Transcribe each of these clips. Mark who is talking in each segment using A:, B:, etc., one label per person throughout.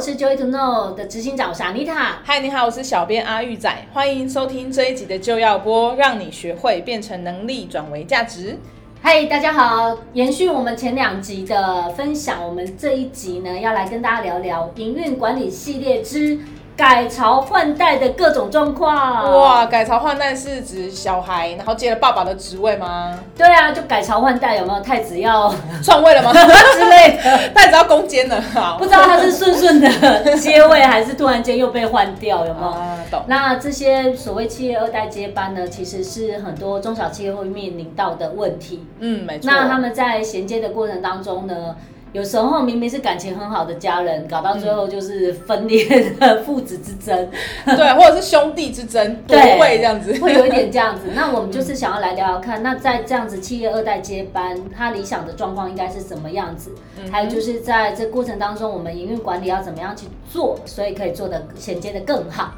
A: 是 Joy to Know 的执行长，我是 Anita。
B: 嗨，你好，我是小编阿玉仔，欢迎收听这一集的就要播，让你学会变成能力转为价值。
A: 嗨，大家好！延续我们前两集的分享，我们这一集呢要来跟大家聊聊营运管理系列之改朝换代的各种状况。
B: 哇，，改朝换代是指小孩，然后接了爸爸的职位吗？
A: 对啊，就改朝换代有没有太子要
B: 篡位了吗？
A: 之类的？
B: 太子要攻坚了，好
A: 不知道他是顺顺的接位，还是突然间又被换掉，有没有？
B: 啊，懂。
A: 那这些所谓企业二代接班呢，其实是很多中小企业会面临到的问题。
B: 嗯，没错。
A: 那他们在衔接的过程当中呢，有时候明明是感情很好的家人，搞到最后就是分裂的父子之争，
B: 对，或者是兄弟之争，夺
A: 对
B: 位这样子，
A: 会有一点这样子。那我们就是想要来聊聊 看，那在这样子企业二代接班，他理想的状况应该是什么样子？
B: 嗯
A: 还有就是在这过程当中，我们营运管理要怎么样去做，所以可以做的衔接的更好。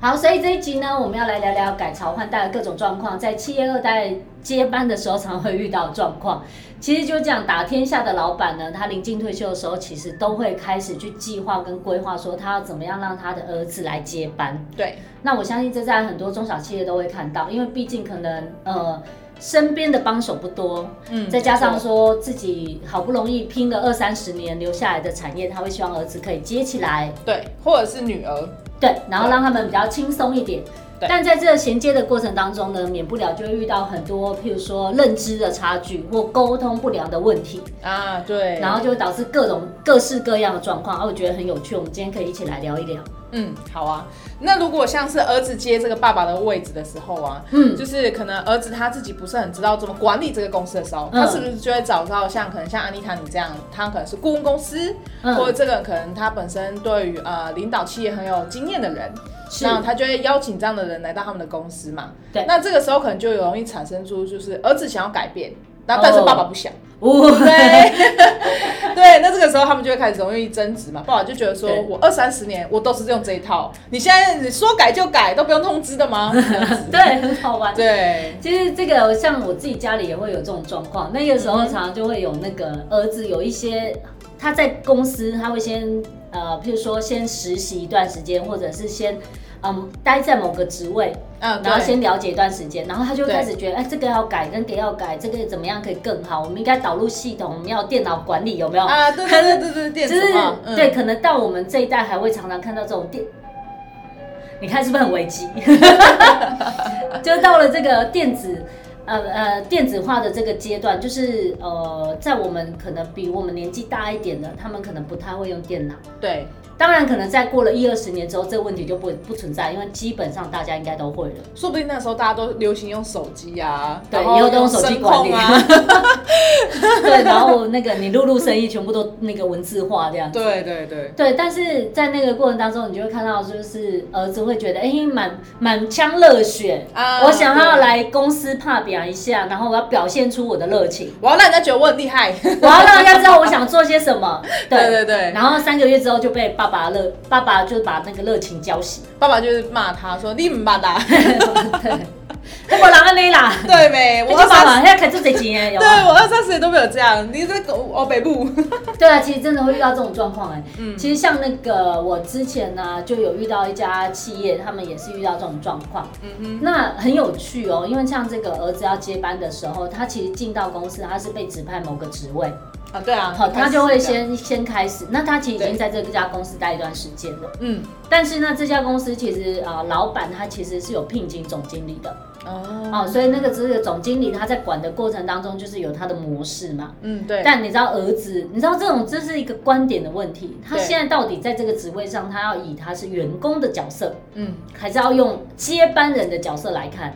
A: 好，所以这一集呢，我们要来聊聊改朝换代的各种状况，在企业二代接班的时候，常会遇到的状况。其实就这样，打天下的老板呢，他临近退休的时候，其实都会开始去计划跟规划，说他要怎么样让他的儿子来接班。
B: 对，
A: 那我相信这在很多中小企业都会看到，因为毕竟可能呃身边的帮手不多，
B: 嗯
A: 再加上说自己好不容易拼了二三十年留下来的产业，他会希望儿子可以接起来，
B: 对，或者是女儿，
A: 对，然后让他们比较轻松一点。
B: 对
A: 但在这个衔接的过程当中呢，免不了就会遇到很多，譬如说认知的差距或沟通不良的问题，
B: 啊，对，
A: 然后就会导致各种各式各样的状况。啊，我觉得很有趣，我们今天可以一起来聊一聊。
B: 嗯，好啊。那如果像是儿子接这个爸爸的位置的时候啊，
A: 嗯
B: 就是可能儿子他自己不是很知道怎么管理这个公司的时候，
A: 嗯
B: 他是不是就会找到像可能像安妮塔你这样，他可能是顾问公司，
A: 嗯
B: 或者这个可能他本身对于呃领导企业很有经验的人，
A: 是
B: 那他就会邀请这样的人来到他们的公司嘛。
A: 对
B: 那这个时候可能就有容易产生出就是儿子想要改变，那但是爸爸 不想。
A: 哦，
B: 对， 对，那这个时候他们就会开始容易争执嘛。爸爸就觉得说
A: 对，
B: 我二三十年我都是用这一套，你现在你说改就改，都不用通知的吗？这 样子
A: 对，很好玩。
B: 对，
A: 其实这个像我自己家里也会有这种状况，那个时
B: 嗯
A: 候常常就会有那个儿子有一些他在公司他会先呃，譬如说先实习一段时间，或者是先嗯待在某个职位，
B: 嗯，
A: 然后
B: 对
A: 先了解一段时间，然后他就会
B: 对
A: 开始觉得哎这个要改，跟个要改，这个怎么样可以更好？我们应该导入系统，我们要电脑管理有没有？
B: 啊，对对对对对，电
A: 就
B: 子
A: 是
B: 化，嗯
A: 对，，可能到我们这一代还会常常看到这种电， 你看是不是很危 机？就到了这个电子。呃呃，电子化的这个阶段，就是呃，在我们可能比我们年纪大一点的，他们可能不太会用电脑。
B: 对
A: 当然，可能在过了一二十年之后，这个问题就不不存在，因为基本上大家应该都会了。
B: 说不定那时候大家都流行用手机啊，
A: 对
B: 然后
A: 以后都用手机管理
B: 用声控啊，
A: 对，然后那个你录入生意，全部都那个文字化这样子。
B: 对对对，
A: 对，但是在那个过程当中，你就会看到，就是儿子会觉得，哎、满满腔热血，
B: 啊
A: 我想要，来公司怕表一下，然后我要表现出我的热情，
B: 对我要让人家觉得我很厉害，
A: 我要让大家知道我想做些什 么。
B: 对对对
A: 然后三个月之后就被爸爸热，爸爸就把那个热情浇熄。
B: 爸爸就是骂他说你唔巴达，
A: 那我哪个没啦？
B: 对 没，
A: 我
B: 我二
A: 就爸
B: 三
A: 爸现在开这几钱有
B: 对
A: 吗？
B: 我二三十年都没有这样，你这个我哦北部，
A: 对啊，其实真的会遇到这种状况哎。
B: 嗯
A: 其实像那个我之前呢、就有遇到一家企业，他们也是遇到这种状况。
B: 嗯
A: 那很有趣哦，因为像这个儿子要接班的时候，他其实进到公司，他是被指派某个职位，
B: 哼，啊对啊，
A: 好，他就会
B: 开始这样
A: 先先开始。那他其实已经
B: 对
A: 在这家公司待一段时间了，
B: 嗯。
A: 但是呢，这家公司其实啊、呃老板他其实是有聘请总经理的
B: 哦，
A: 哦，所以那个只是总经理他在管的过程当中，就是有他的模式嘛。
B: 嗯，对，
A: 但你知道儿子，你知道这种这是一个观点的问题，他
B: 对
A: 现在到底在这个职位上，他要以他是员工的角色，
B: 嗯，
A: 还是要用接班人的角色来看？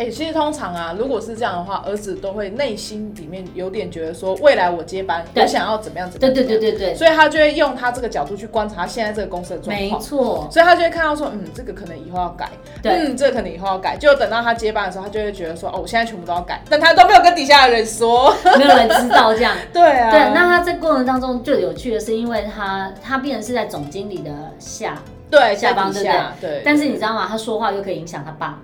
B: 哎、其实通常啊，如果是这样的话，儿子都会内心里面有点觉得说，未来我接班，
A: 对
B: 我想要怎么样怎么
A: 对
B: 样，
A: 对对对对，
B: 所以他就会用他这个角度去观察他现在这个公司的状
A: 没
B: 况。
A: 错，
B: 所以他就会看到说，嗯，这个可能以后要改，
A: 对
B: 嗯，这个可能以后要改。就等到他接班的时候，他就会觉得说，哦，我现在全部都要改，但他都没有跟底下的 人说。
A: 没有人知道这 样。
B: 对啊，
A: 对，那他在过程当中最有趣的是，因为他他必然是在总经理的下，
B: 对
A: 下
B: 在
A: 方
B: 底下，
A: 对
B: 对。
A: 但是你知道吗？他说话又可以影响他爸，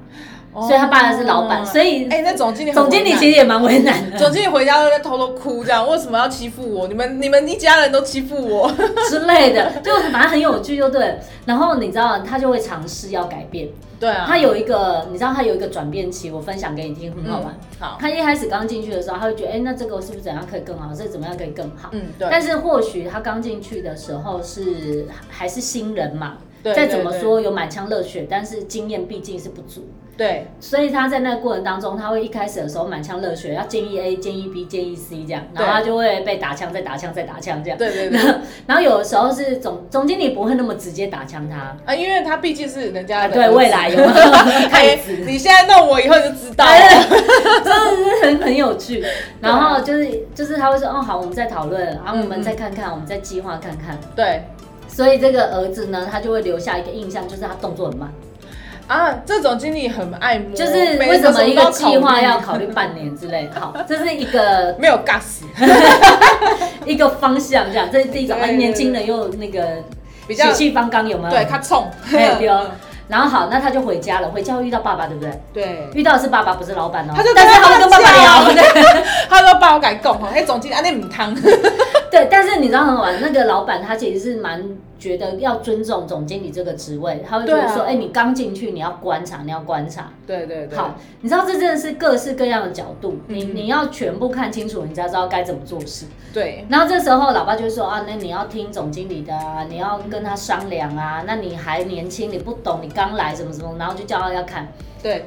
A: 所以他爸是老板，所以
B: 哎、那总经理很
A: 总经理
B: 为难
A: 其实也蛮为难 的
B: 总经理回家都在偷偷哭，这样为什么要欺负我？你们你们一家人都欺负我，
A: 之类的，就反正很有趣，就对 了。然后你知道他就会尝试要改变，
B: 对啊，
A: 他有一个你知道他有一个转变期，我分享给你听，很好玩。
B: 嗯好，
A: 他一开始刚进去的时候，他会觉得，哎、那这个是不是怎样可以更好？这个怎么样可以更好？
B: 嗯，对，
A: 但是或许他刚进去的时候是还是新人嘛，
B: 对
A: 再怎么
B: 对对
A: 说有满腔热血，但是经验毕竟是不足，
B: 对
A: 所以他在那个过程当中，他会一开始的时候满腔热血，要建议 A、建议 B、建议 C 这样，然后他就会被打枪、再打枪、再打枪这样。
B: 对对
A: 然
B: 对，
A: 后， 然后有的时候是总总经理不会那么直接打枪他，
B: 啊，因为他毕竟是人家
A: 啊，
B: 的、
A: 对未来有没有 太
B: 哎
A: 子？
B: 你现在弄我，以后就知道
A: 哎
B: 了。
A: 真的是很很有趣。
B: 啊
A: 然后就是就是他会说，哦好，我们再讨论，然后我们再看看，我们再计划看看。
B: 对
A: 所以这个儿子呢，他就会留下一个印象，就是他动作很慢，
B: 啊，这种经理很爱摸，
A: 就是
B: 每
A: 为什么一个
B: 都要考虑
A: 计划要考虑半年之 类。好，这是一个
B: 没有 gas，
A: 一个方向，这样这是第一个。
B: 对对
A: 啊，
B: 对
A: 年轻人又那个
B: 比较
A: 血气方刚有 没有？
B: 对，他冲，
A: 哎对哦然后好，那他就回家了，回家会遇到爸爸，对不对？
B: 对，
A: 遇到的是爸爸，不是老板哦。
B: 他啊就
A: 但是他会跟爸爸聊，
B: 跟
A: 对
B: 他说把我改供哈，哎，总经理啊，那唔 汤，
A: 对。但是你知道很好玩，那个老板他其实是蛮觉得要尊重总经理这个职位，他会觉得
B: 对
A: 说，
B: 啊
A: 哎、你刚进去，你要观察，你要观察。
B: 对对对，
A: 好，你知道这真的是各式各样的角度，你
B: 嗯嗯
A: 你要全部看清楚，你才知道该怎么做事。
B: 对
A: 然后这时候老爸就会说啊，那你要听总经理的啊，你要跟他商量啊，那你还年轻，你不懂，你刚来什么什么，然后就叫他要看。
B: 对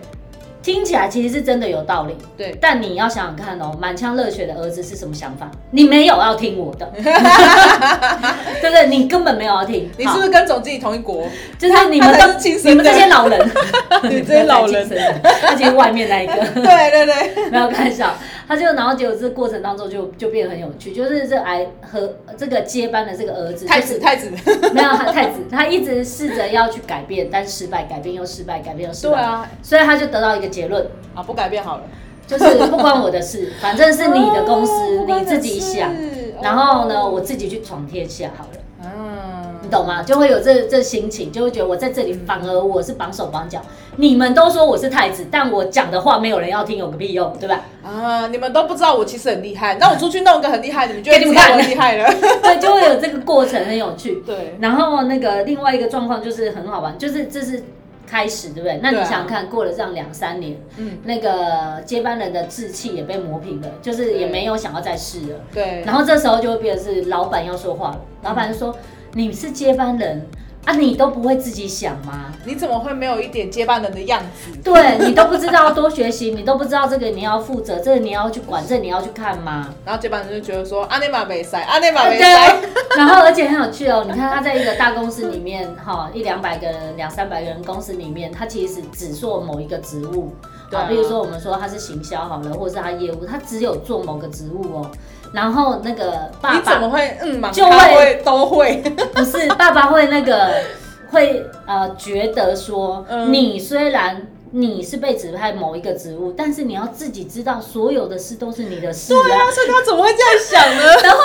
A: 听起来其实是真的有道理，
B: 对，
A: 但你要想想看哦，满腔热血的儿子是什么想法？你没有要听我的， 对不对？你根本没有要听，
B: 你是不
A: 好
B: 是跟总经理同一国？
A: 就是你们
B: 他才
A: 都
B: 是亲
A: 你
B: 生
A: 们
B: 的
A: 这些老 人，
B: 你这些老人
A: 你们才是亲生的，而且外面那一个。
B: 对对对，
A: 没有开玩笑，他就然后结果这过程当中就就变得很有趣，就是这癌和这个接班的这个儿子
B: 太子 太子，
A: 就是没有他太子，他一直试着要去改变，但失败，改变又失败，改变又失败，
B: 对，啊，
A: 所以他就得到一个结论，
B: 啊不改变好了，
A: 就是不关我的事，反正是你的公司，
B: 哦
A: 你自己想，，然后呢，我自己去闯天下好了。
B: 嗯
A: 你懂吗？就会有这这心情，就会觉得我在这里反而我是绑手绑脚。你们都说我是太子，但我讲的话没有人要听，有个屁用，对吧？
B: 啊，你们都不知道我其实很厉害，那我出去弄一个很厉害，你们就
A: 给
B: 会
A: 你
B: 知
A: 们
B: 道
A: 看
B: 我厉害了。
A: 对，就会有这个过程，很有趣。
B: 对，
A: 然后那个另外一个状况就是很好玩，就是这是开始，对不对？那你
B: 对啊
A: 想想看，过了这样两三年，
B: 嗯，
A: 那个接班人的志气也被磨平了，就是也
B: 对
A: 没有想要再试了。
B: 对，
A: 然后这时候就会变成是老板要说话了，老板就说：“你是接班人啊，你都不会自己想吗？”
B: 你怎么会没有一点接班人的样子？
A: 对你都不知道多学习，你都不知道这个你要负责，这个你要去管，这个你要去看 吗？
B: 然后接班人就觉得说阿内玛没塞，阿内玛没塞，
A: 对，然后而且很有趣哦，你看他在一个大公司里面，哈，一两百个人、两三百个人公司里面，他其实只做某一个职务，
B: 对啊
A: 比如说我们说他是行销好了，或者是他业务，他只有做某个职务哦。然后那个爸
B: 你怎么
A: 爸
B: 会嗯嘛？
A: 就
B: 他
A: 会
B: 会都会，
A: 不是爸爸会那个会呃觉得说，
B: 嗯
A: 你虽然。你是被指派某一个职务，但是你要自己知道，所有的事都是你的事
B: 对啊，所以他怎么会这样想呢？
A: 然后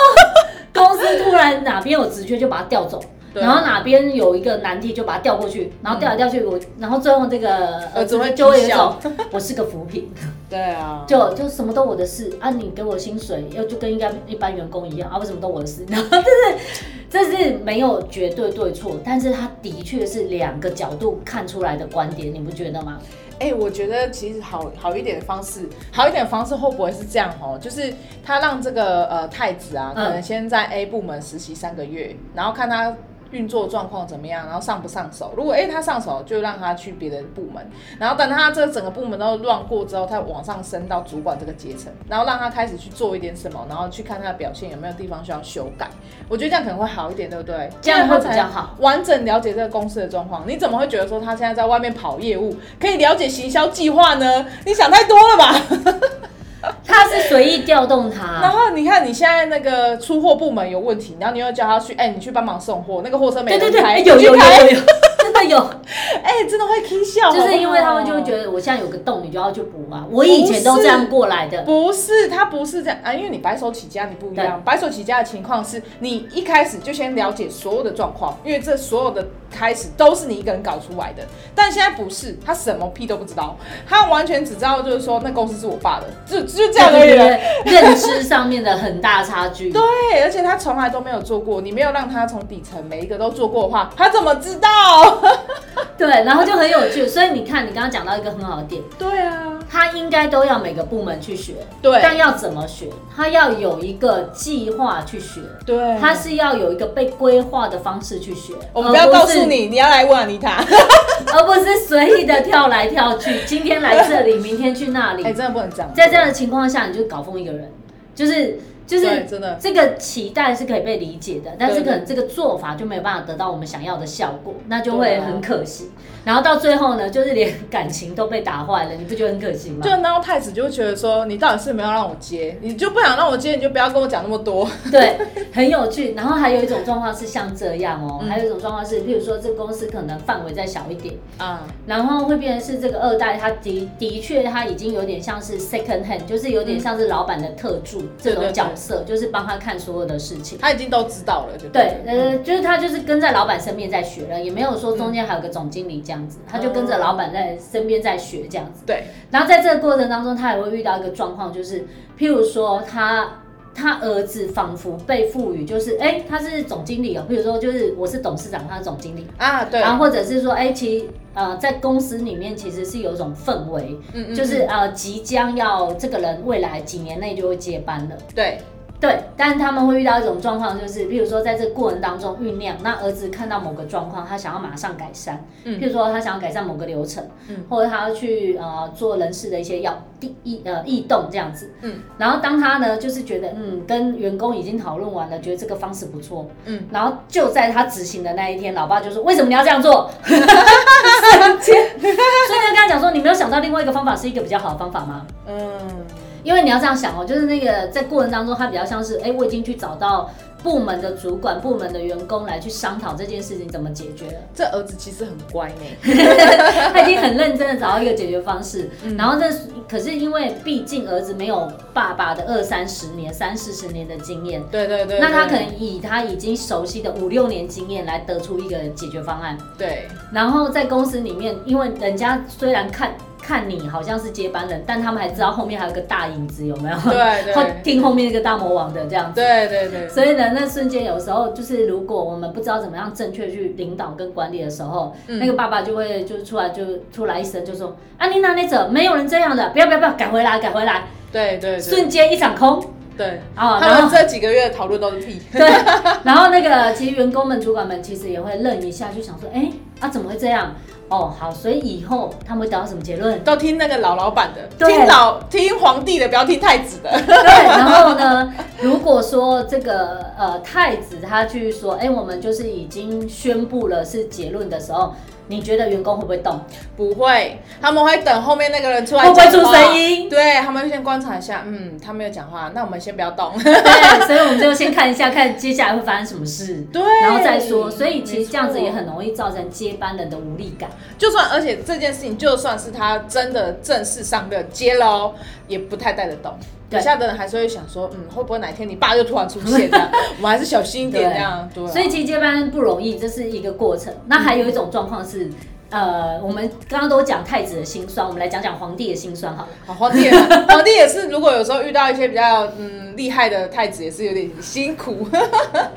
A: 公司突然哪边有职缺就把它调走，
B: 对
A: 然后哪边有一个难题就把它调过去，然后调来调去，我然后最后这个
B: 呃只会
A: 就会有一
B: 低
A: 种
B: 效
A: 我是个扶贫，
B: 对啊，
A: 就就什么都我的事啊，你给我薪水要就跟应该一般员工一样啊，为什么都我的事？然 后这是这是没有绝对对错，但是它的确是两个角度看出来的观点，你不觉得吗？
B: 哎、我觉得其实好好一点的方式，好一点的方式会不会是这样哦？就是他让这个呃太子啊，可能
A: 嗯
B: 先在 A 部门实习三个月，然后看他运作状况怎么样，然后上不上手。如果哎、他上手，就让他去别的部门，然后等他这整个部门都乱过之后，他往上升到主管这个阶层，然后让他开始去做一点什么，然后去看他的表现有没有地方需要修改。我觉得这样可能会好一点，对不对？
A: 这样会比
B: 因为他才
A: 较好
B: 完整了解这个公司的状况，你怎么会觉得说他现在在外面跑业务，可以了解行销计划呢？你想太多了吧？
A: 他是随意调动它，
B: 然后你看你现在那个出货部门有问题，然后你又叫他去，哎、你去帮忙送货，那个货车没
A: 对对
B: 人
A: 对，
B: 开，
A: 有有有
B: 你去开
A: 有有，真的有有，
B: 哎、真的会 k 笑，
A: 就是因为他们就会
B: 得。
A: 觉得我现在有个洞，你就要去补啊。我以前都这样过来的，
B: 不是，他不是这样啊，因为你白手起家你不一样，白手起家的情况是你一开始就先了解所有的状况，因为这所有的开始都是你一个人搞出来的。但现在不是，他什么屁都不知道，他完全只知道就是说那公司是我爸的，就就这样而已
A: 对
B: 了。
A: 对对认知上面的很大差距。
B: 对，而且他从来都没有做过，你没有让他从底层每一个都做过的话，他怎么知道？
A: 对，然后就很有趣。所以你看，你刚刚讲到一个很好的点，
B: 对啊，
A: 他应该都要每个部门去学，但
B: 对
A: 要怎么学，他要有一个计划去学，
B: 对，
A: 他是要有一个被规划的方式去学，
B: 嗯我们不要告诉
A: 而呃是，
B: 你，你要来问妮 塔。
A: 而不是随意的跳来跳 去，今天来这里，明天去那
B: 哎、
A: 里。
B: 真的不能这样，
A: 在这样的情况下，你就搞疯一个人，就是就
B: 对
A: 是
B: 真的。
A: 这个期待是可以被理解的，但是
B: 对
A: 可能这个做法就没有办法得到我们想要的效果，那就
B: 对
A: 会
B: 啊
A: 很可惜。然后到最后呢，就是连感情都被打坏了，你不觉得很可惜吗
B: 就？然后太子就会觉得说，你到底是没有让我接，你就不想让我接，你就不要跟我讲那么多。
A: 对，很有趣。然后还有一种状况是像这样哦，
B: 嗯
A: 还有一种状况是，譬如说这个公司可能范围再小一点，
B: 啊，
A: 然后会变成是这个二代，他的的确他已经有点像是 second hand，就是有点像是老板的特助这
B: 对对
A: 种
B: 嗯对
A: 角色，就是帮他看所有的事情。
B: 他已经都知道了，就
A: 对，
B: 了
A: 呃，就是他就是跟在老板身边在学了，也没有说中间还有个总经理这样子，他就跟着老板在身边在学这样子。
B: 对，
A: 然后在这个过程当中，他也会遇到一个状况，就是譬如说他。他儿子仿佛被赋予，就是哎、他是总经理哦、譬如说就是我是董事长，他是总经理，
B: 啊，对，
A: 然后或者是说哎、其实呃在公司里面其实是有一种氛围，
B: 嗯嗯
A: 就是呃即将要这个人未来几年内就会接班了。
B: 对，
A: 对，但是他们会遇到一种状况，就是譬如说在这过程当中酝酿，那儿子看到某个状况，他想要马上改善，
B: 嗯
A: 譬如说他想要改善某个流程，
B: 嗯
A: 或者他要去呃做人事的一些要地异呃异动这样子，
B: 嗯
A: 然后当他呢就是觉得嗯跟员工已经讨论完了，觉得这个方式不错，
B: 嗯，
A: 然后就在他执行的那一天，老爸就说为什么你要这样 做？ 所以他跟他讲说你没有想到另外一个方法是一个比较好的方法吗？
B: 嗯，
A: 因为你要这样想哦，就是那个在过程当中，他比较像是，哎、我已经去找到部门的主管、部门的员工来去商讨这件事情怎么解决了，
B: 这儿子其实很乖呢，
A: 他已经很认真的找到一个解决方式。然后这可是因为毕竟儿子没有爸爸的二三十年、三四十年的经验，
B: 对对对，
A: 那他可
B: 对
A: 能以他已经熟悉的五六年经验来得出一个解决方案。
B: 对，
A: 然后在公司里面，因为人家虽然看看你好像是接班人，但他们还知道后面还有个大影子，有没有？
B: 对对
A: 后听后面那个大魔王的这样子。
B: 对对对，
A: 所以呢，那瞬间有时候就是，如果我们不知道怎么样正确去领导跟管理的时候，
B: 嗯
A: 那个爸爸就会就出来就出来一声就说：“啊，你娜那者没有人这样的，不要不要不要，改回来改回来。
B: 对对”对
A: 瞬间一场空
B: 对，
A: 啊、
B: 他
A: 然
B: 们
A: 后
B: 这几个月的讨论都是屁，
A: 对， 然后那个其实员工们、主管们其实也会愣一下，就想说：“哎、啊怎么会这样？哦，好，所以以后他们会得到什么结论？”
B: 都听那个老老板的，
A: 对
B: 听老听皇帝的，不要听太子的，
A: 对，然后呢，如果说这个呃太子他去说，哎、我们就是已经宣布了是结论的时候，你觉得员工会不会 动？
B: 不会，他们会等后面那个人出来
A: 会不会
B: 讲
A: 出
B: 话
A: 声音？
B: 对他们先观察一下，嗯，他没有讲话，那我们先不要动。
A: 对，所以我们就先看一下，看接下来会发生什么事。
B: 对
A: 然后再说，所以其实这样子也很
B: 没
A: 容易造成接班人的无力感。
B: 错。就算而且这件事情，就算是他真的正式上任接了哦，也不太带得动。
A: 对
B: 底下的人还是会想说，嗯，会不会哪天你爸就突然出 现这样？我们还是小心一点这样。对啊，
A: 所以其实接班不容易，这是一个过程。
B: 嗯
A: 那还有一种状况是，呃，我们刚刚都讲太子的辛酸，我们来讲讲皇帝的辛酸好了。
B: 好皇帝也 皇帝也是，如果有时候遇到一些比较嗯厉害的太子，也是有点辛苦。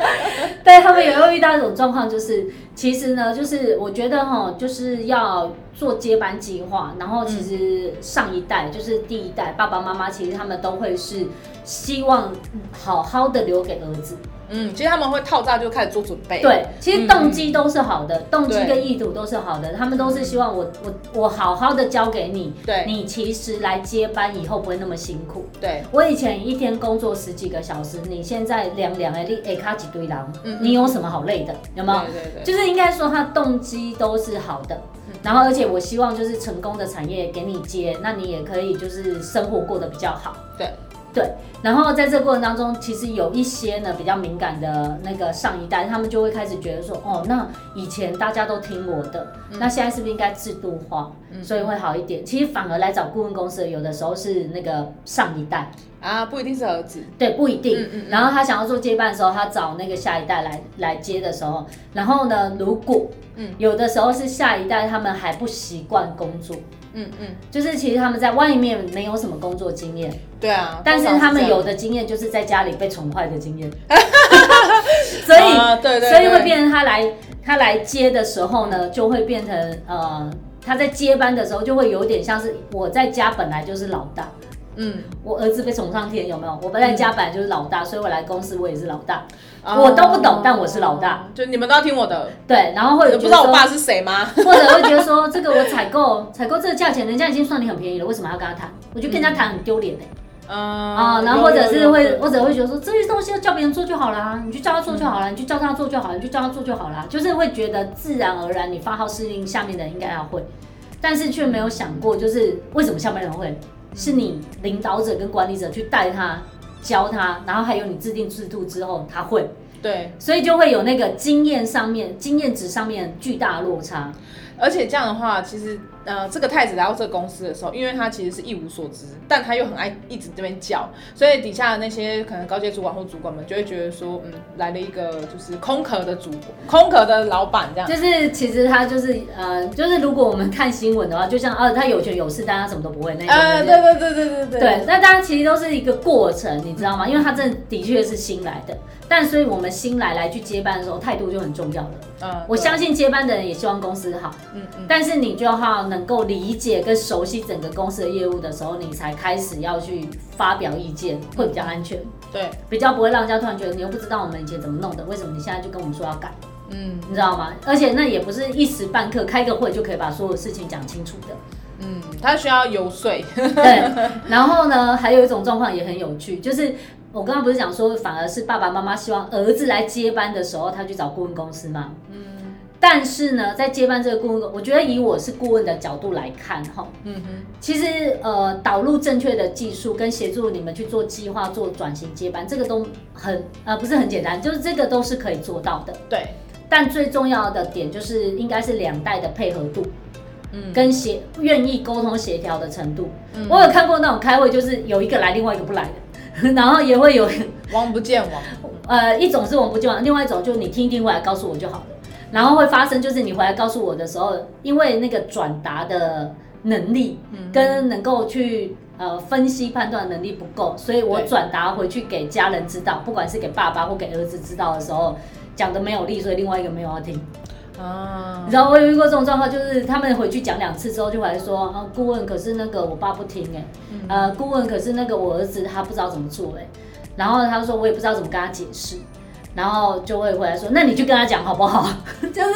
A: 对他们也会遇到一种状况，就是其实呢，就是我觉得哈，就是要做接班计划，然后其实上一代、就是第一代爸爸妈妈，其实他们都会是希望好好的留给儿子。
B: 嗯，其实他们会套炸就开始做准备。
A: 对，其实动机都是好
B: 嗯
A: 的，动机
B: 对
A: 跟意图都是好的，他们都是希望我我我好好的交给你，
B: 对
A: 你其实来接班以后不会那么辛苦。
B: 对，
A: 我以前一天工作十几个小时，你现在凉凉的，你哎卡几堆狼
B: 嗯嗯，
A: 你有什么好累的？有没有？
B: 对对对。嗯
A: 就是应该说他动机都是好的，然后而且我希望就是成功的产业给你接，那你也可以就是生活过得比较好。
B: 对。
A: 对，然后在这个过程当中，其实有一些呢比较敏感的那个上一代，他们就会开始觉得说，哦，那以前大家都听我的，
B: 嗯
A: 那现在是不是应该制度化，所以会好一点？其实反而来找顾问公司的，有的时候是那个上一代，
B: 啊，不一定是儿子，
A: 对，不一定。
B: 嗯嗯
A: 然后他想要做接班的时候，他找那个下一代来来接的时候，然后呢，如果
B: 嗯
A: 有的时候是下一代他们还不习惯工作，
B: 嗯嗯，
A: 就是其实他们在外面没有什么工作经验，
B: 对啊，
A: 但是
B: 通常
A: 他们
B: 这样
A: 有的经验就是在家里被宠坏的经验， 所以、
B: 啊对对
A: 所以
B: 对
A: 会变成他来他来接的时候呢，就会变成呃他在接班的时候就会有点像是我在家本来就是老大，
B: 嗯，
A: 我儿子被宠上天有没有？我本来家本来就是老大，所以我来公司我也是老大，
B: 啊
A: 我都不懂，但我是老大。，
B: 就你们都要听我的，
A: 对，然后会有
B: 你不知道我爸是谁吗？
A: 或者会觉得说，这个我采购采购这个价钱，人家已经算你很便宜了，为什么要跟他谈？我觉得跟人家谈很丢脸哎。
B: 嗯
A: 啊、然后或者是会，或
B: 我
A: 者会觉得说，这些东西要叫别人做就好啦，你去叫他做就好啦，你去叫他做就好，你去叫他做就好啦，就是会觉得自然而然，你发号施令，下面的人应该要会，但是却没有想过，就是为什么下面的人会，是你领导者跟管理者去带他。教他，然后还有你制定制度之后，他会，
B: 对，
A: 所以就会有那个经验上面、经验值上面巨大的落差。
B: 而且这样的话，其实呃，这个太子来到这个公司的时候，因为他其实是一无所知，但他又很爱一直这边叫，所以底下的那些可能高阶主管或主管们就会觉得说，嗯，来了一个就是空壳的主，空壳的老板这样。
A: 就是其实他就是呃，就是如果我们看新闻的话，就像哦、他有权有势，但他什么都不会那种。
B: 呃，
A: 对
B: 对对对对对对
A: 对，那当然其实都是一个过程，你知道吗？因为他真的的确是新来的，但所以我们新来来去接班的时候，态度就很重要了。
B: 嗯，
A: 我相信接班的人也希望公司好，
B: 嗯嗯，
A: 但是你就要能够理解跟熟悉整个公司的业务的时候，你才开始要去发表意见，会比较安全，
B: 对，
A: 比较不会让人家突然觉得你又不知道我们以前怎么弄的，为什么你现在就跟我们说要改，
B: 嗯
A: 你知道吗？而且那也不是一时半刻开个会就可以把所有事情讲清楚的。
B: 嗯，他需要游说，
A: 对，然后呢，还有一种状况也很有趣，就是我刚刚不是讲说，反而是爸爸妈妈希望儿子来接班的时候，他去找顾问公司吗？
B: 嗯
A: 但是呢，在接班这个顾问公，我觉得以我是顾问的角度来看，哈，
B: 嗯哼，
A: 其实呃，导入正确的技术跟协助你们去做计划、做转型接班，这个都很呃不是很简单，就是这个都是可以做到的。
B: 对，
A: 但最重要的点就是，应该是两代的配合度
B: 嗯
A: 跟协愿意沟通协调的程度。
B: 嗯
A: 我有看过那种开会，就是有一个来，另外一个不来的， 然后也会有
B: 王不见王，
A: 呃一种是我们不见网，另外一种就是你听一听回来告诉我就好了。然后会发生就是你回来告诉我的时候，因为那个转达的能力
B: 嗯
A: 跟能够去呃分析判断能力不够，所以我
B: 对
A: 转达回去给家人知道，不管是给爸爸或给儿子知道的时候。讲的没有力，所以另外一个没有要听。
B: 啊
A: 你知，道我有遇过这种状况，就是他们回去讲两次之后，就回来说，啊，顾问可是那个我爸不听哎、
B: 嗯
A: 呃，顾问可是那个我儿子他不知道怎么做哎、然后他说我也不知道怎么跟他解释，然后就会回来说，那你去跟他讲好不好？ 就是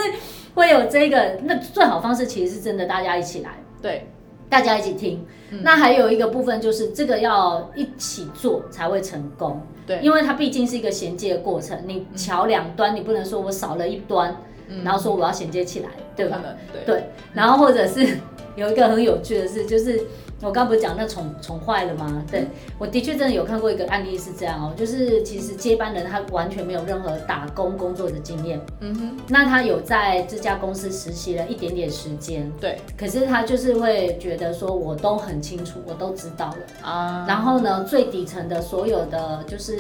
A: 会有这个，那最好方式其实是真的大家一起来，
B: 对，
A: 大家一起听。
B: 嗯
A: 那还有一个部分就是这个要一起做才会成功，
B: 对
A: 因为它毕竟是一个衔接的过程，你桥两端你不能说我少了一端，
B: 嗯
A: 然后说我要衔接起来，对
B: 可
A: 吧？
B: 能对，
A: 对，然后或者是 有一个很有趣的事，就是我刚不是讲那宠宠坏了吗？对我的确真的有看过一个案例是这样哦，就是其实接班人他完全没有任何打工工作的经验，
B: 嗯哼，
A: 那他有在这家公司实习了一点点时间，
B: 对
A: 可是他就是会觉得说我都很清楚，我都知道了。
B: 啊，
A: 然后呢，最底层的所有的就是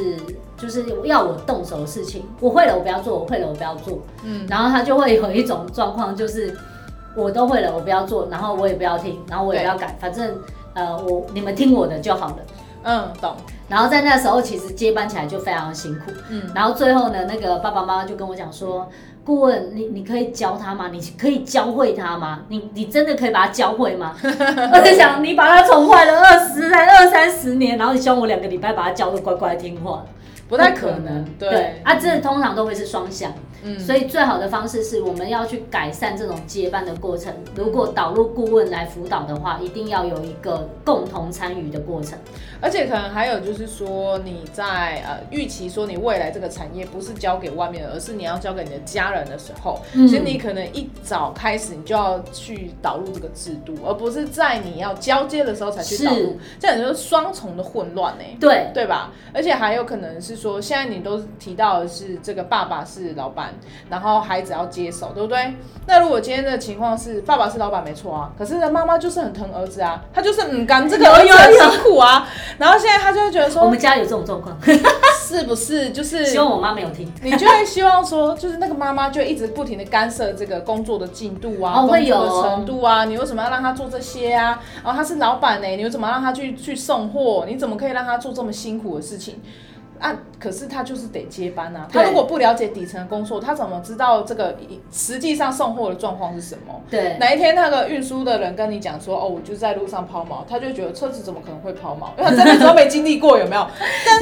A: 就是要我动手的事情，我会了我不要做，我会了我不要做，
B: 嗯
A: 然后他就会有一种状况，就是我都会了，我不要做，然后我也不要听，然后我也不要改，反正呃，我你们听我的就好了。
B: 嗯，懂，
A: 然后在那时候，其实接班起来就非常辛苦。
B: 嗯
A: 然后最后呢，那个爸爸妈妈就跟我讲说，顾问，你你可以教他吗？你可以教会他吗？你你真的可以把他教会 吗？我在想，你把他宠坏了二十来二三十年，然后你希望我两个礼拜把他教的乖乖听话，
B: 不太
A: 可
B: 可能，
A: 对
B: 对，
A: 啊，这通常都会是双向，
B: 嗯
A: 所以最好的方式是我们要去改善这种接班的过程。如果导入顾问来辅导的话，一定要有一个共同参与的过程。
B: 而且可能还有就是说，你在呃预期说你未来这个产业不是交给外面的，而是你要交给你的家人的时候，
A: 嗯
B: 所以你可能一早开始你就要去导入这个制度，而不是在你要交接的时候才去导入，这样就是双重的混乱欸呢、
A: 对，
B: 对吧？而且还有可能是说，现在你都提到的是这个爸爸是老板，然后孩子要接手，对不对？那如果今天的情况是爸爸是老板没错啊，可是呢妈妈就是很疼儿子啊，他就是嗯干这个
A: 有
B: 儿子
A: 有
B: 很
A: 有
B: 辛苦啊，然后现在他就会觉得
A: 我
B: 说
A: 们家有这种状况，
B: 哦是不是就是
A: 希望我妈没有听。
B: 你就会希望说，就是那个妈妈就一直不停的干涉这个工作的进度啊，
A: 哦会
B: 工
A: 有
B: 作
A: 哦
B: 的程度啊，你为什么要让他做这些啊？然后他是老板呢、你为什么要让他去去送货？你怎么可以让他做这么辛苦的事情？啊，可是他就是得接班啊，
A: 对
B: 他如果不了解底层的工作，他怎么知道这个实际上送货的状况是什么？
A: 对，
B: 哪一天那个运输的人跟你讲说，哦，我就在路上抛锚，他就觉得车子怎么可能会抛锚？因为他真的都 没经历过，有没有？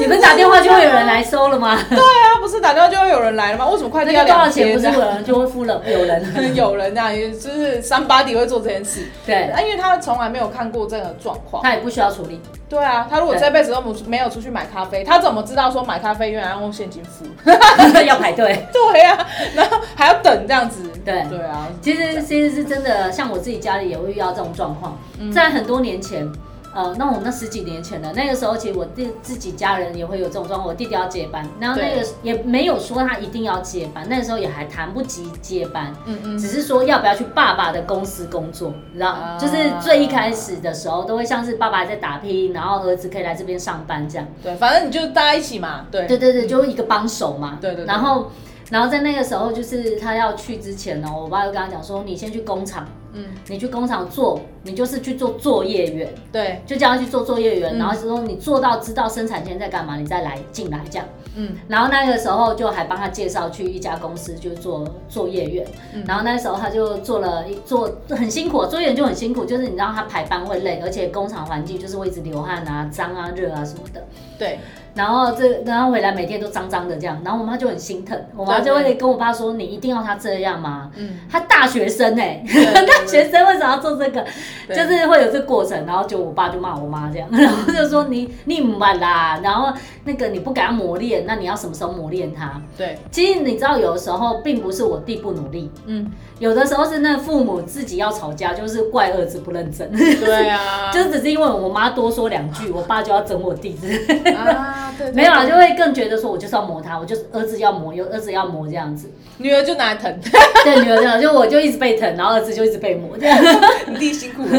A: 你们打电话就会有人来收了吗？
B: 他不是打电话就会有人来了吗？为什么快
A: 那
B: 递
A: 个
B: 要
A: 多少
B: 啊两
A: 钱
B: 天
A: 不
B: 呢？
A: 是有人就会付了，有人
B: 有人啊，也就是三八底会做这件事，
A: 对，
B: 啊，因为他从来没有看过这个状况。
A: 他也不需要处理。
B: 对啊，他如果
A: 对
B: 这辈子都没没有出去买咖啡，他怎么知道说买咖啡原来要用现金付？
A: 要排队。
B: 对啊，然后还要等这样子。
A: 对
B: 对啊，
A: 其实其实是真的，像我自己家里也会遇到这种状况，
B: 嗯
A: 在很多年前。呃，那我那十几年前的那个时候，其实我弟自己家人也会有这种状况。我弟弟要接班，然后那个
B: 对
A: 也没有说他一定要接班，那个时候也还谈不及接班，
B: 嗯嗯，
A: 只是说要不要去爸爸的公司工作，你知道，
B: 啊
A: 就是最一开始的时候，都会像是爸爸在打拼，然后儿子可以来这边上班这样。
B: 对，反正你就大家一起嘛。对
A: 对对对，就一个帮手嘛。
B: 对对对
A: 然后，然后在那个时候，就是他要去之前呢，我爸就跟他讲说：“你先去工厂，
B: 嗯，
A: 你去工厂做，你就是去做作业员，
B: 对，
A: 就叫他去做作业员。
B: 嗯
A: 然后说你做到知道生产线在干嘛，你再来进来这样。
B: 嗯
A: 然后那个时候就还帮他介绍去一家公司就做作业员，
B: 嗯
A: 然后那时候他就做了一做很辛苦，作业员就很辛苦，就是你知道他排班会累，而且工厂环境就是会一直流汗啊、脏啊、热啊什么的。
B: 对，
A: 然后这然后回来每天都脏脏的这样，然后我妈就很心疼，我妈就会跟我爸说：“你一定要他这样吗？”
B: 嗯，
A: 他大学生哎、
B: 对对对
A: 大学生为什么要做这个？
B: 对
A: 就是会有这过程，然后就我爸就骂我妈这样， 然后就说你你唔办啦，然后那个你不给他磨练，那你要什么时候磨练他？
B: 对，
A: 其实你知道，有的时候并不是我弟不努力，
B: 嗯，
A: 有的时候是那父母自己要吵架，就是怪儿子不认真，
B: 对啊，
A: 就只是因为我妈多说两句，我爸就要整我弟子。
B: 啊，对，对
A: 没有啦，
B: 对
A: 就会更觉得说我就是要磨他，我就是儿子要磨，有儿子要磨这样子。
B: 女儿就拿来疼，
A: 对，女儿这样，就我就一直被疼，然后儿子就一直被磨，这样
B: 你弟辛苦了。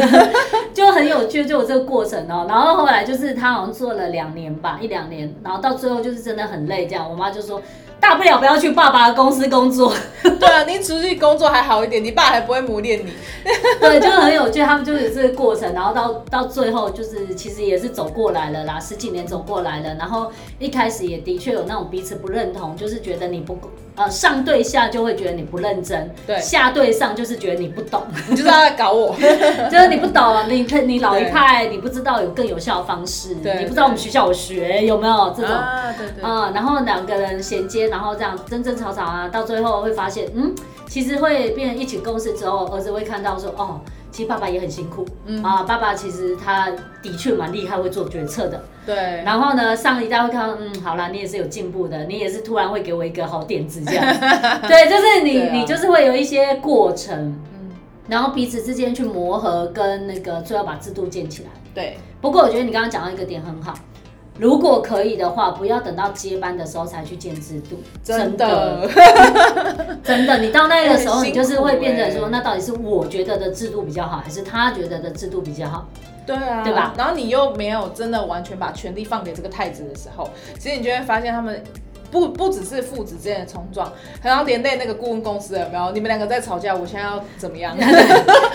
A: 就很有趣，就有这个过程哦、然后后来就是他好像做了两年吧，一两年，然后到最后就是真的很累，这样我妈就说。大不了不要去爸爸的公司工作，
B: 对啊，你出去工作还好一点，你爸还不会磨练你。
A: 对，就很有趣。他们就有这个过程，然后到到最后就是其实也是走过来了啦，十几年走过来了。然后一开始也的确有那种彼此不认同，就是觉得你不够呃上对下就会觉得你不认真，
B: 对
A: 下对上就是觉得你不懂，
B: 你就是要来搞 我。
A: 就是你不懂，你你老一派，你不知道有更有效的方式，
B: 对
A: 你不知道我们学校有学有没有这种。
B: 啊，对对
A: 嗯，然后两个人衔接，然后这样争争吵吵啊，到最后会发现，嗯，其实会变成一起共事之后，儿子会看到说，哦，其实爸爸也很辛苦，
B: 嗯
A: 啊，爸爸其实他的确蛮厉害，会做决策的。
B: 对，
A: 然后呢，上一代会看到，嗯，好啦，你也是有进步的，你也是突然会给我一个好点子这样， 对，就是你、
B: 对啊
A: 你就是会有一些过程，
B: 嗯，
A: 然后彼此之间去磨合，跟那个最后把制度建起来。
B: 对，
A: 不过我觉得你刚刚讲到一个点很好，如果可以的话，不要等到接班的时候才去建制度，
B: 真的，
A: 真的，你到那个时候，
B: 很
A: 你
B: 辛苦
A: 就是会变成说，
B: 欸
A: 那到底是我觉得的制度比较好，还是他觉得的制度比较好？
B: 对啊，
A: 对吧？
B: 然后你又没有真的完全把权力放给这个太子的时候，其实你就会发现他们不不只是父子之间的冲撞，还要连累那个顾问公司有没有？你们两个在吵架，我现在要怎 么样？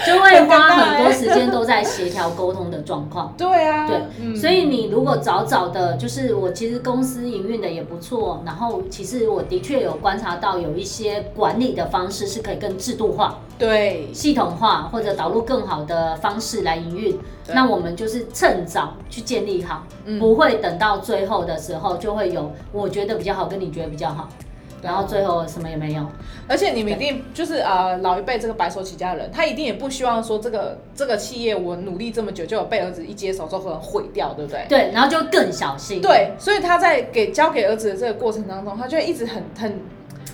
A: 就会花很多时间都在协调沟通的状况。
B: 对啊，
A: 对，
B: 嗯
A: 所以你如果早早的，就是我其实公司营运的也不错，然后其实我的确有观察到有一些管理的方式是可以更制度化、
B: 对
A: 系统化，或者导入更好的方式来营运。
B: 对
A: 那我们就是趁早去建立好，
B: 嗯
A: 不会等到最后的时候就会有我觉得比较好跟你觉得比较好，然后最后什么也没有。
B: 而且你们一定就是呃老一辈这个白手起家的人，他一定也不希望说这个这个企业我努力这么久，就有被儿子一接手之后可能毁掉，对不对？
A: 对，然后就更小心。
B: 对，所以他在给交给儿子的这个过程当中，他就会一直很很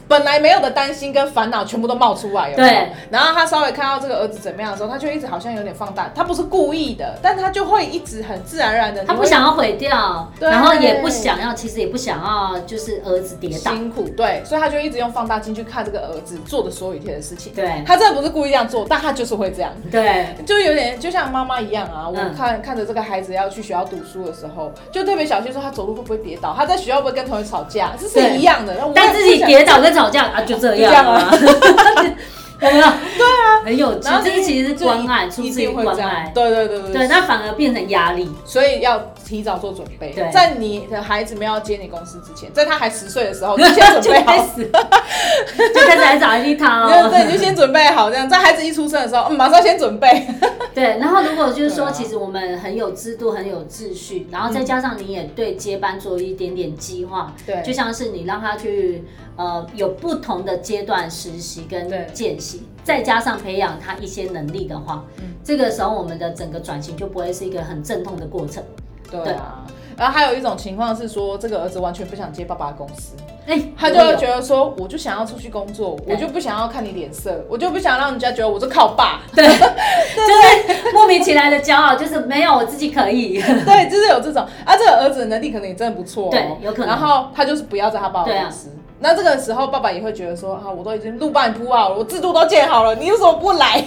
B: 本来没有的担心跟烦恼全部都冒出来，有没有
A: 对。
B: 然后他稍微看到这个儿子怎么样的时候，他就一直好像有点放大，他不是故意的，但他就会一直很自然而然的，
A: 他不想要毁掉，
B: 对
A: 然后也不想要，其实也不想要，就是儿子跌倒。
B: 辛苦，对，所以他就一直用放大镜去看这个儿子做的所有一切的事情。
A: 对
B: 他真的不是故意这样做，但他就是会这样。
A: 对，
B: 就有点就像妈妈一样啊，我
A: 嗯
B: 看、看着这个孩子要去学校读书的时候，就特别小心说他走路会不会跌倒，他在学校会不会跟同学吵架，这是
A: 对
B: 一样的。那我也
A: 但
B: 不
A: 自己
B: 想
A: 跌倒跟吵架啊，就这样啊， 有没有？对啊，很有趣
B: 然，后
A: 这其实是
B: 就
A: 关爱，
B: 一
A: 出
B: 一
A: 自于
B: 定会
A: 关
B: 这样
A: 爱。
B: 对对对对
A: 对，那反而变成压力。
B: 所以要提早做准备
A: 对，
B: 在你的孩子没有要接你公司之前，在他还十岁的时候，你就 先
A: 就
B: 准备
A: 开
B: 好。
A: 始，就开始来找一哦套。
B: 对对，你就先准备好，这样在孩子一出生的时候，嗯，马上先准备。
A: 对，然后如果就是
B: 对
A: 说，
B: 啊
A: 其实我们很有制度，很有秩序，然后再加上你也对接班做一点点计划，
B: 对
A: 就像是你让他去呃有不同的阶段实习跟
B: 对
A: 见习，再加上培养他一些能力的话，
B: 嗯
A: 这个时候我们的整个转型就不会是一个很阵痛的过程。
B: 对啊。然后还有一种情况是说，这个儿子完全不想接爸爸的公司，
A: 哎、
B: 他就
A: 有
B: 会觉得说，我就想要出去工作，
A: 对
B: 我就不想要看你脸色，我就不想让人家觉得我是靠爸。
A: 就是莫名其来的骄傲，就是没有我自己可以。
B: 对，就是有这种啊，这个儿子的能力可能也真的不错、哦，
A: 对有可能
B: 然后他就是不要在他爸爸
A: 对啊
B: 公司。那这个时候，爸爸也会觉得说啊，我都已经路半铺好了，我制度都建好了，你为什么不来？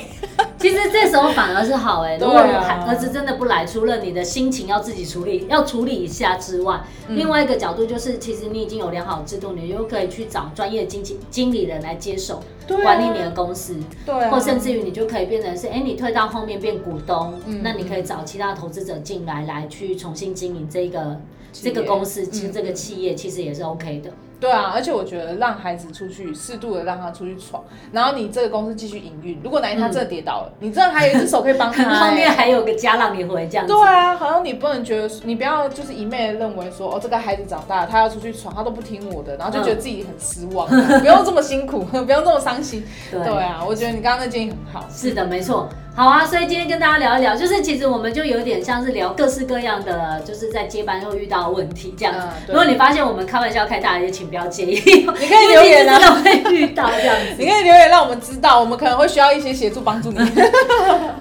A: 其实这时候反而是好哎、
B: 对
A: 如
B: 啊
A: 果孩儿子真的不来，除了你的心情要自己处理，要处理一下之外，
B: 嗯
A: 另外一个角度就是，其实你已经有良好制度，你又可以去找专业经济经理人来接手、
B: 对啊
A: 管理你的公司，
B: 对、啊，
A: 或甚至于你就可以变成是，哎、你退到后面变股东，
B: 嗯
A: 那你可以找其他投资者进来，来去重新经营这个
B: 企
A: 这
B: 业
A: 个公司，其实
B: 嗯
A: 这个企业其实也是 OK 的。
B: 对啊，而且我觉得让孩子出去，适度的让他出去闯，然后你这个公司继续营运。如果哪一天他真的跌倒了，你真的还有一只手可以 帮他、
A: 后面
B: 欸。
A: 还有个家让你回这样子
B: 对，啊，好像你不能觉得，你不要就是一昧的认为说，哦，这个孩子长大了，他要出去闯，他都不听我的，然后
A: 嗯
B: 就觉得自己很失望，不用这么辛苦， 不用这么伤心。
A: 对
B: 对啊，我觉得你刚刚那建议很好。
A: 是的，没错。好啊，所以今天跟大家聊一聊，就是其实我们就有点像是聊各式各样的，就是在接班会遇到的问题这样子
B: 嗯。对
A: 如果你发现我们开玩笑开大也请不要介意，你可
B: 你可以留 言啊
A: 真的会遇到这样子。
B: 你可以留言让我们知道，我们可能会需要一些协助 帮助你。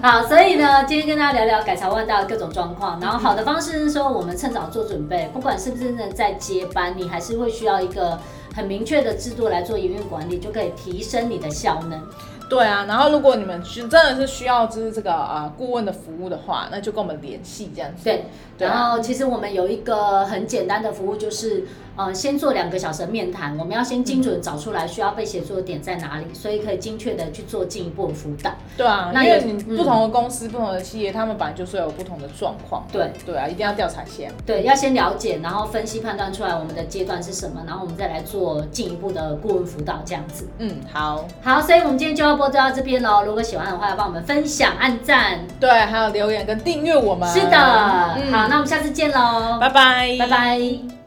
A: 好，所以呢，今天跟大家聊聊改朝换代的各种状况。然后好的方式是说，我们趁早做准备，不管是不是真的在接班，你还是会需要一个很明确的制度来做营运管理，就可以提升你的效能。
B: 对啊，然后如果你们需真的是需要就是这个啊顾问的服务的话，那就跟我们联系这样子。
A: 对，
B: 对啊
A: 然后其实我们有一个很简单的服务，就是呃，先做两个小时的面谈，我们要先精准找出来需要被协助的点在哪里，所以可以精确的去做进一步的辅导。
B: 对啊，因
A: 那也
B: 为你不同的公司、不同的企业，他们本来就是有不同的状况。
A: 对
B: 对啊，一定要调查一下。
A: 对，要先了解，然后分析判断出来我们的阶段是什么，然后我们再来做进一步的顾问辅导这样子。
B: 嗯，好。
A: 好，所以我们今天就要播到这边喽。如果喜欢的话，要帮我们分享、按赞。
B: 对，还有留言跟订阅我们。
A: 是的，
B: 嗯
A: 好，那我们下次见喽，
B: 拜拜，
A: 拜拜